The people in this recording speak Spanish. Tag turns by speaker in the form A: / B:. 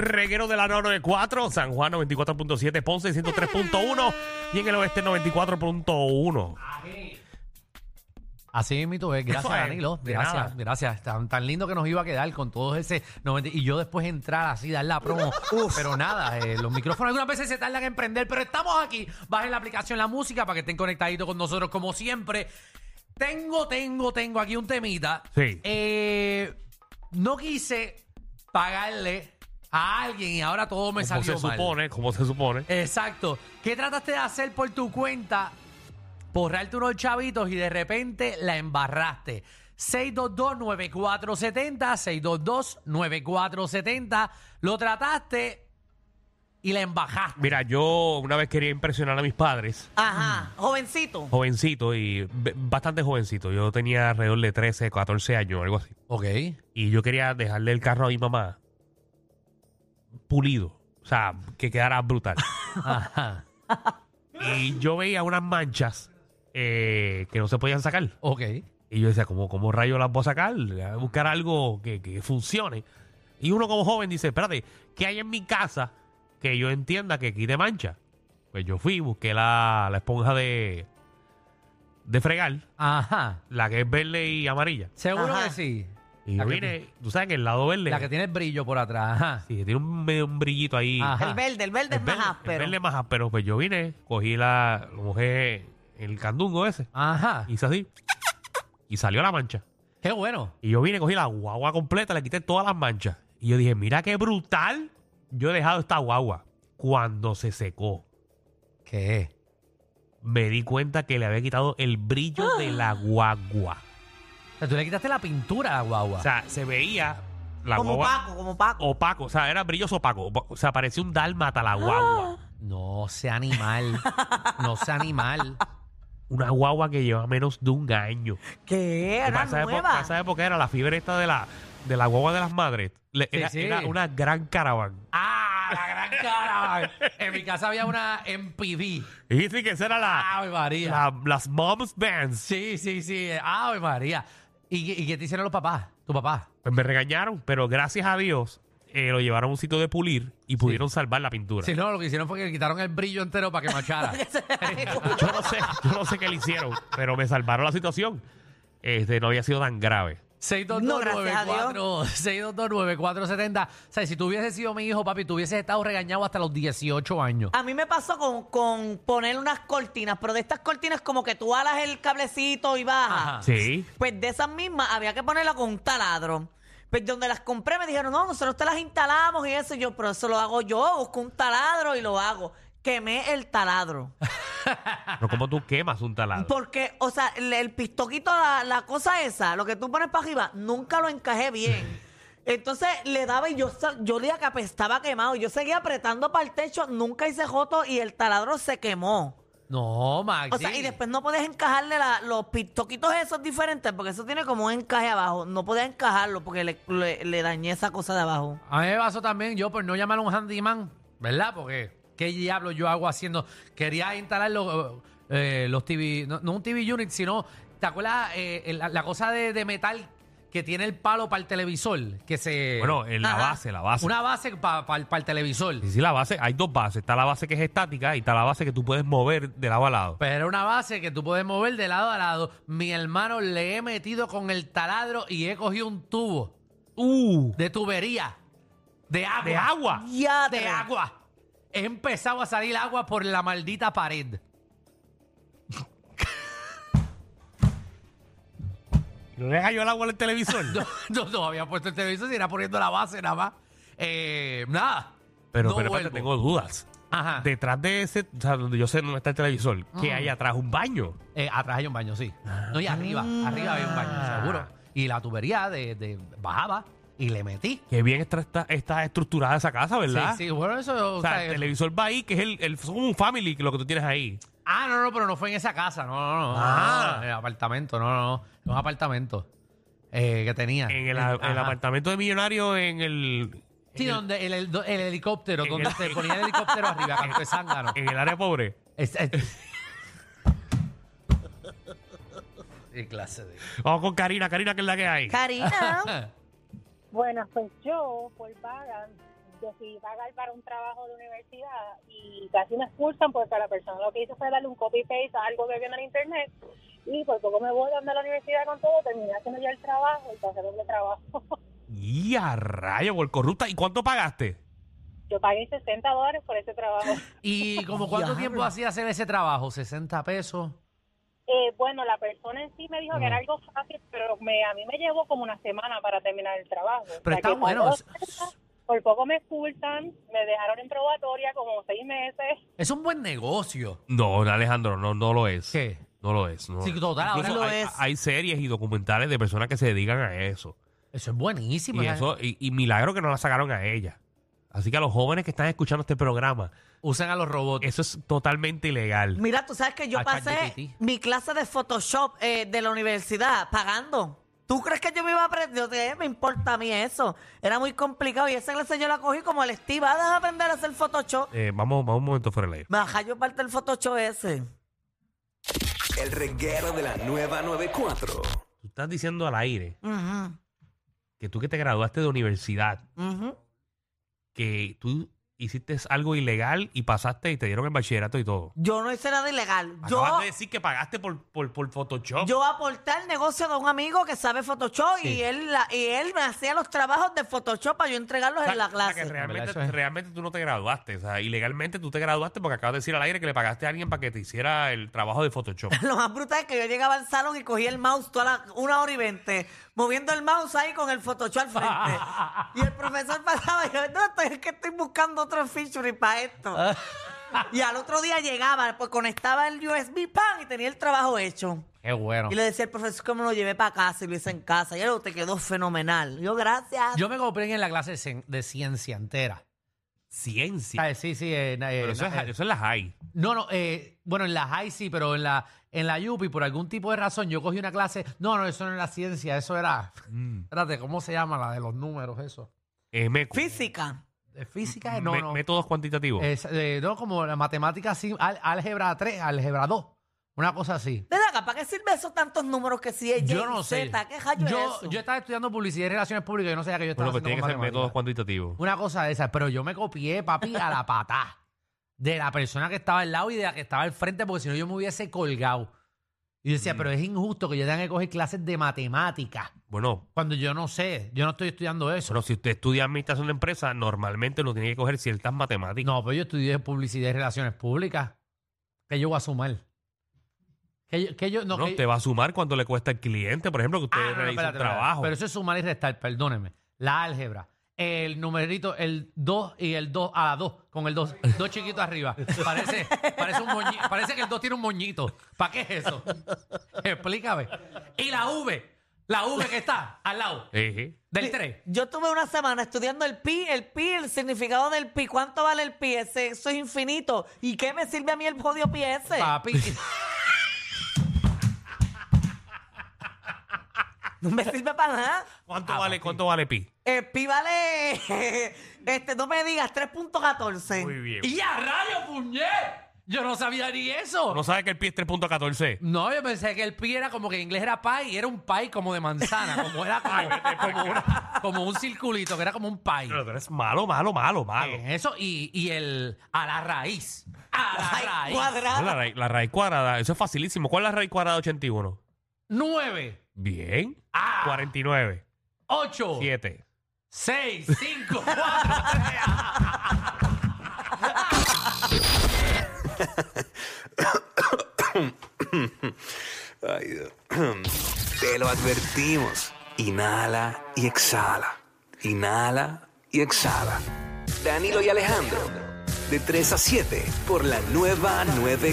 A: Reguero de la 994, San Juan 94.7, Ponce 103.1 y en el oeste 94.1.
B: Así mismo es, gracias
A: Eso es,
B: Danilo,
A: de
B: gracias,
A: nada.
B: gracias. Tan, tan lindo que nos iba a quedar con todos ese 90 y yo después entrar así, dar la promo. pero nada, eh, los micrófonos algunas veces se tardan en prender, pero estamos aquí. Bajen la aplicación La Música para que estén conectaditos con nosotros como siempre. Tengo, tengo, tengo aquí un temita.
A: Sí.
B: Eh, no quise pagarle a alguien y ahora todo me
A: Como
B: salió
A: se
B: mal.
A: supone, como se supone.
B: Exacto. ¿Qué trataste de hacer por tu cuenta? Borrarte unos chavitos y de repente la embarraste. 622-9470, 622-9470. Lo trataste y la embajaste.
A: Mira, yo una vez quería impresionar a mis padres,
C: Ajá, jovencito.
A: jovencito y b- bastante jovencito. Yo tenía alrededor de 13, 14 años, algo así.
B: Ok.
A: Y yo quería dejarle el carro a mi mamá pulido. O sea, que quedara brutal.
B: Ajá.
A: y yo veía unas manchas eh, que no se podían sacar.
B: Ok.
A: Y yo decía, ¿cómo, cómo rayos las voy a sacar? Voy a Buscar algo que, que funcione. Y uno como joven dice, espérate, ¿qué hay en mi casa que yo entienda que quite mancha? Pues yo fui, busqué la, la esponja de, de fregar,
B: Ajá.
A: la que es verde y amarilla.
B: Seguro
C: Ajá.
B: que sí.
A: Y
B: La
A: yo
B: que
A: vine, tú sabes que el lado verde...
B: La que tiene el brillo por atrás. Ajá.
A: Sí, que tiene un, medio un brillito ahí.
B: Ajá.
C: El verde, el verde
A: El
C: es más
A: verde- El
C: áspero.
A: verde más áspero. Pues yo vine, cogí la... Lo mojé el candungo ese.
B: Ajá.
A: Hice así. Y salió la mancha.
B: Qué bueno.
A: Y yo vine, cogí la guagua completa, le quité todas las manchas. Y yo dije, mira qué brutal. Yo he dejado esta guagua. Cuando se secó,
B: ¿Qué?
A: me di cuenta que le había quitado el brillo de la guagua.
B: O sea, tú le quitaste la pintura a la guagua.
A: O sea, se veía la
C: como
A: guagua
C: Paco, como Paco. Ah.
A: opaco. O sea, era brilloso opaco. Opa- O sea, parecía un dálmata la guagua.
B: no sea animal. no sea animal.
A: Una guagua que lleva menos de un año.
C: ¿Qué?
A: Que
C: Era
A: para esa época-
C: nueva.
A: para esa época era la fiebre esta de la, de la guagua de las madres. Le-
B: Sí,
A: era,
B: sí.
A: era una gran caravana.
B: ¡Ah! La gran cara. En mi casa había una MPV.
A: Y sí que esa era la,
B: ¡Ave María!
A: la- las moms bands.
B: Sí, sí, sí. ¡Ave María! ¿Y, qué- y qué te hicieron los papás? ¿Tu papá?
A: Pues me regañaron, pero gracias a Dios eh, lo llevaron a un sitio de pulir y pudieron salvar la pintura.
B: Si no, lo que hicieron fue que le quitaron el brillo entero para que machara.
A: Yo no sé, yo no sé qué le hicieron, pero me salvaron la situación. Este, no había sido tan grave.
B: 6229470.
C: No,
B: 6229470. O sea, si tú hubieses sido mi hijo, papi, tú hubieses estado regañado hasta los 18 años.
C: A mí me pasó con, con poner unas cortinas, pero de estas cortinas como que tú alas el cablecito y
B: Ajá.
C: bajas.
A: Sí.
C: Pues de esas mismas había que ponerla con un taladro. Pues donde las compré me dijeron, no, nosotros te las instalamos y eso. Y yo, pero eso lo hago yo, busco un taladro y lo hago. Quemé el taladro.
A: Pero como tú quemas un taladro.
C: Porque, o sea, el, el pistoquito, la, la cosa esa, lo que tú pones para arriba, nunca lo encajé bien. Entonces le daba y yo, sa- yo leía que apestaba quemado. Yo seguía apretando para el techo, nunca hice joto y el taladro se quemó.
B: No, Maxi.
C: O sea, y después no podías encajarle la- los pistoquitos esos diferentes, porque eso tiene como un encaje abajo. No podías encajarlo porque le, le- le dañé esa cosa de abajo.
B: A mí me pasó también, yo por no llamar a un handyman, ¿verdad? Porque, ¿qué diablo yo hago haciendo? Quería instalar los, eh, los TV, no, no un TV unit, sino, ¿te acuerdas eh, el- la, la cosa de, de metal que tiene el palo para el televisor? Que se...
A: bueno, en la
C: Ajá.
A: base, la base.
B: una base para el televisor.
A: Sí, sí, la base. Hay dos bases. Está la base que es estática y está la base que tú puedes mover de lado a lado.
B: Pero era una base que tú puedes mover de lado a lado. Mi hermano le he metido con el taladro y he cogido un tubo
A: ¡Uh!
B: de tubería, de agua.
A: ¡De agua!
C: Ya
B: de agua. He empezado a salir agua por la maldita pared.
A: ¿No le cayó el agua al televisor?
B: No, no, no había puesto el televisor, si era poniendo la base nada más. Eh, nada.
A: Pero,
B: No
A: pero espérate,
B: vuelvo.
A: tengo dudas.
B: Ajá.
A: Detrás de ese, o sea, donde yo sé dónde está el televisor, que hay atrás un baño.
B: Eh, atrás hay un baño, sí.
A: Ah.
B: No, y arriba, arriba había un baño, seguro. Y la tubería de, de- bajaba y le metí.
A: Qué bien está, está, está estructurada esa casa, ¿verdad?
B: Sí, sí, bueno, eso.
A: O
B: o
A: sea,
B: sea,
A: el televisor va ahí, que es el, el- son un family que lo que tú tienes ahí.
B: Ah, no, no, pero no fue en esa casa. No, no, no. no,
A: Ah.
B: no, el apartamento, no, no, no. Un apartamento eh, que tenía.
A: En el,
B: Ajá.
A: el apartamento de millonario, en el,
B: Sí,
A: en,
B: donde el, el- el helicóptero,
A: en
B: donde
A: el-
B: se ponía el helicóptero arriba, canto de zángano.
A: en el área pobre.
B: Es- es- Qué clase de...
A: Vamos con Karina, Karina, que es la que hay.
C: Karina.
D: Bueno, pues yo, por vaga, decidí pagar para un trabajo de universidad y casi me expulsan porque la persona lo que hizo fue darle un copy-paste a algo que vio en el internet y por poco me voy dando a la universidad con todo, terminé haciendo ya el trabajo y pasé doble trabajo.
A: Y a rayo, por corrupta. ¿Y cuánto pagaste?
D: Yo pagué 60 dólares por ese trabajo.
B: ¿Y como cuánto
C: Diablo.
B: tiempo hacía hacer ese trabajo? ¿60 pesos?
D: Eh, bueno, la persona en sí me dijo que era algo fácil, pero me, a mí me llevó como una semana para terminar el trabajo. O sea,
B: Pero está
D: que
B: bueno.
D: pagó
B: Es,
D: 60, Por poco me expulsan, me dejaron en probatoria como seis meses.
B: es un buen negocio.
A: No, Alejandro, no, no lo es.
B: ¿Qué?
A: No lo es. No
B: Sí, total, ahora
A: Incluso
C: lo
A: hay,
C: es.
A: hay series y documentales de personas que se dedican a eso.
B: Eso es buenísimo.
A: Y, eso, y, y milagro que no la sacaron a ella. Así que a los jóvenes que están escuchando este programa,
B: Usan a los robots.
A: eso es totalmente ilegal.
C: Mira, tú sabes que yo
B: A
C: pasé
B: ChatGPT.
C: mi clase de Photoshop eh, de la universidad pagando. ¿Tú crees que yo me iba a aprender? ¿Qué me importa a mí eso? Era muy complicado y esa clase yo la cogí como el Steve. Ah, deja aprender a hacer Photoshop.
A: Eh, vamos, vamos un momento fuera del aire.
C: Me baja yo parte el Photoshop ese.
E: El reguero de la nueva 94.
A: Tú estás diciendo al aire
C: Ujú,
A: que tú que te graduaste de universidad,
C: ujú.
A: que tú hiciste algo ilegal y pasaste y te dieron el bachillerato y todo.
C: Yo no hice nada ilegal. Yo,
A: Acabas de decir que pagaste por, por, por Photoshop.
C: yo aporté el negocio de un amigo que sabe Photoshop
A: Sí.
C: y, él la- y él me hacía los trabajos de Photoshop para yo entregarlos
A: O sea,
C: en la
A: o sea, que
C: clase.
A: realmente,
B: En verdad, eso es.
A: realmente tú no te graduaste. O sea, ilegalmente tú te graduaste porque acabas de decir al aire que le pagaste a alguien para que te hiciera el trabajo de Photoshop.
C: Lo más brutal es que yo llegaba al salón y cogía el mouse toda la una hora y veinte, moviendo el mouse ahí con el Photoshop al frente. y el profesor pasaba y yo, no, estoy- es que estoy buscando otro feature para esto. y al otro día llegaba, pues conectaba el USB pan y tenía el trabajo hecho.
B: Qué bueno.
C: Y le decía al profesor que me lo llevé para casa y lo hice en casa. Y él, te quedó fenomenal. Y yo, gracias.
B: Yo me compré en la clase de cien- de ciencia entera.
A: Ciencia.
B: ¿Sabes? Sí, sí. eh, na- eh,
A: Pero eso,
B: na-
A: es,
B: eh,
A: eso es la high.
B: No, no, eh, bueno, en la high sí, pero en la, en la UPI, por algún tipo de razón, yo cogí una clase. No, no, eso no era ciencia, eso era.
A: Mm.
B: Espérate, ¿cómo se llama la de los números, eso?
A: Eh, me-
C: Física.
B: ¿De física? No,
A: me-
B: no.
A: Métodos cuantitativos.
B: Es, eh, no, como la matemática, sí, al- álgebra 3, álgebra 2, una cosa así.
C: Ven acá, ¿para qué sirve esos tantos números que si es Y,
B: Yo no sé.
C: Z? ¿Qué rayo es
B: yo,
C: Ah, eso?
B: yo estaba estudiando publicidad y relaciones públicas, yo no sabía que yo estaba
A: bueno, pues tiene que
B: haciendo con
A: ser métodos
B: matemáticas.
A: cuantitativos.
B: Una cosa de esas, pero yo me copié, papi, a la patá de la persona que estaba al lado y de la que estaba al frente, porque si no yo me hubiese colgado. Y yo decía,
A: Mm.
B: pero es injusto que yo tenga que coger clases de matemáticas
A: Bueno,
B: cuando yo no sé, yo no estoy estudiando eso.
A: pero si usted estudia administración de empresa, normalmente uno tiene que coger ciertas matemáticas.
B: No, pero yo estudié publicidad y relaciones públicas. Que yo voy a sumar. Que yo, que yo no,
A: No,
B: que-
A: te va a sumar cuánto le cuesta al cliente, por ejemplo, que usted
B: Ah, no, no,
A: realiza
B: espérate,
A: un
B: espérate.
A: trabajo.
B: Pero eso es sumar y restar, perdóneme. La álgebra. El numerito, el 2 y el 2 a la 2, con el 2, dos chiquito arriba. Parece, parece, un moñi- parece que el 2 tiene un moñito. ¿Para qué es eso? Explícame. Y la V, la V que está al lado
A: Ejé.
B: del 3.
C: Yo tuve una semana estudiando el pi, el pi, el significado del pi, cuánto vale el pi, ese, eso es infinito. ¿Y qué me sirve a mí el jodido pi ese?
B: Papi.
C: No me sirve para nada.
A: ¿Cuánto, vale, ¿Cuánto vale pi?
C: El pi vale, este, no me digas, 3.14.
A: Muy bien.
B: ¡Y a rayo, puñet! Yo no sabía ni eso.
A: ¿No sabe que el pi es 3.14?
B: No, yo pensé que el pi era como que en inglés era pie y era un pie como de manzana, como era como, como una- como un circulito, que era como un pie.
A: Pero tú eres malo, malo, malo, malo.
B: Eh, Eso y, y el a la raíz. A la
C: Ay,
B: raíz.
A: No, La,
C: cuadrada.
A: raíz, la raíz cuadrada, eso es facilísimo. ¿Cuál es la raíz cuadrada de 81?
B: Nueve,
A: Bien.
B: Ah. Oh.
A: 49.
B: ocho,
A: 7.
B: seis, cinco, cuatro, tres.
E: Ay, Dios. Te lo advertimos. Inhala y exhala. Inhala y exhala. Danilo y Alejandro. De 3 a 7 por la nueva 94.